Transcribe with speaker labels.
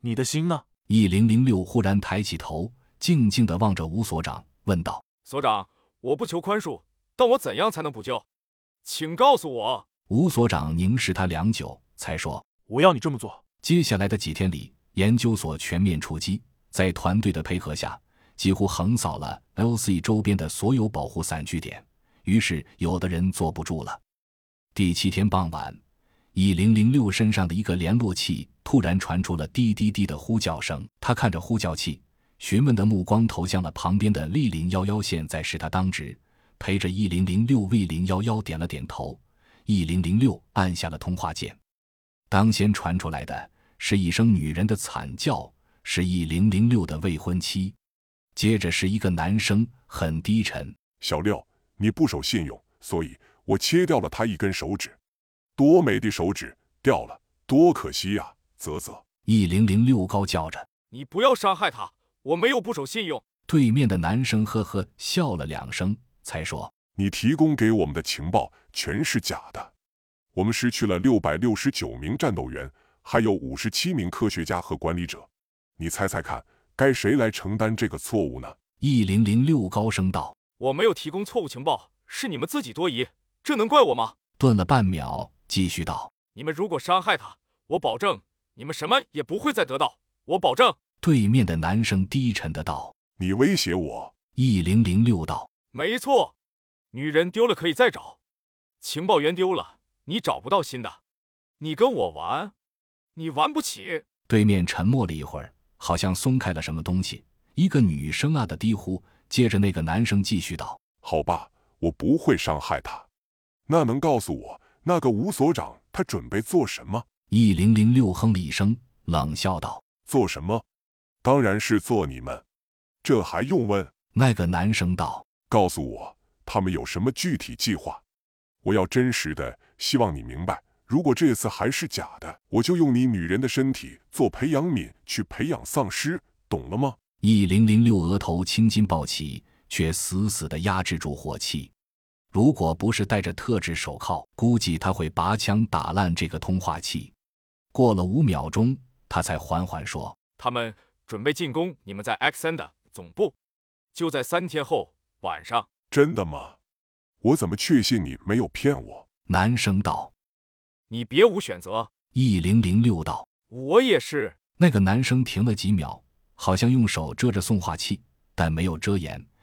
Speaker 1: 你的心呢？
Speaker 2: 一零零六忽然抬起头，静静地望着吴所长，问道
Speaker 3: 所长，我不求宽恕，但我怎样才能补救？请告诉我。：“
Speaker 2: 吴所长凝视他良久，才说，
Speaker 1: 我要你这么做。
Speaker 2: 接下来的几天里，研究所全面出击，在团队的配合下，几乎横扫了 LC 周边的所有保护伞据点。于是，有的人坐不住了。第七天傍晚，一零零六身上的一个联络器突然传出了滴滴滴的呼叫声。他看着呼叫器，询问的目光投向了旁边的立零幺幺线，在是他当值陪着一零零六 V 零幺幺点了点头。一零零六按下了通话键。当先传出来的是一声女人的惨叫，是一零零六的未婚妻。接着是一个男声，很低沉。
Speaker 4: 小廖，你不守信用，所以我切掉了他一根手指，多美的手指掉了，多可惜呀、啧啧，
Speaker 2: 一零零六高叫着，
Speaker 3: 你不要伤害他，我没有不守信用。
Speaker 2: 对面的男生呵呵笑了两声，才说
Speaker 4: 你提供给我们的情报全是假的，我们失去了六百六十九名战斗员，还有五十七名科学家和管理者，你猜猜看，该谁来承担这个错误呢？
Speaker 2: 一零零六高声道。
Speaker 3: 我没有提供错误情报，是你们自己多疑，这能怪我吗？
Speaker 2: 顿了半秒，继续道。
Speaker 3: 你们如果伤害他，我保证你们什么也不会再得到。我保证，
Speaker 2: 对面的男生低沉的道。
Speaker 4: 你威胁我，
Speaker 2: 一零零六道。
Speaker 3: 没错。女人丢了可以再找，情报员丢了，你找不到新的。你跟我玩，你玩不起。
Speaker 2: 对面沉默了一会儿，好像松开了什么东西。一个女生啊的低呼，接着那个男生继续道。
Speaker 4: 好吧，我不会伤害他。那能告诉我那个吴所长他准备做什么？
Speaker 2: 一零零六哼了一声，冷笑道
Speaker 4: 做什么？当然是做你们，这还用问？：“
Speaker 2: 那个男生道，
Speaker 4: 告诉我他们有什么具体计划。我要真实的，希望你明白。如果这次还是假的，我就用你女人的身体做培养皿去培养丧尸，懂了吗？
Speaker 2: 一零零六额头青筋暴起，却死死地压制住火气。如果不是戴着特制手铐，估计他会拔枪打烂这个通话器。”过了五秒钟，他才缓缓说
Speaker 3: 他们准备进攻你们在 X 三的总部，就在三天后晚上。
Speaker 4: 真的吗？我怎么确信你没有骗我？：“
Speaker 2: 男生道。
Speaker 3: 你别无选择，”
Speaker 2: 一零零六道。
Speaker 3: 我也是。
Speaker 2: 那个男生停了几秒，好像用手遮着送话器，但没有遮掩，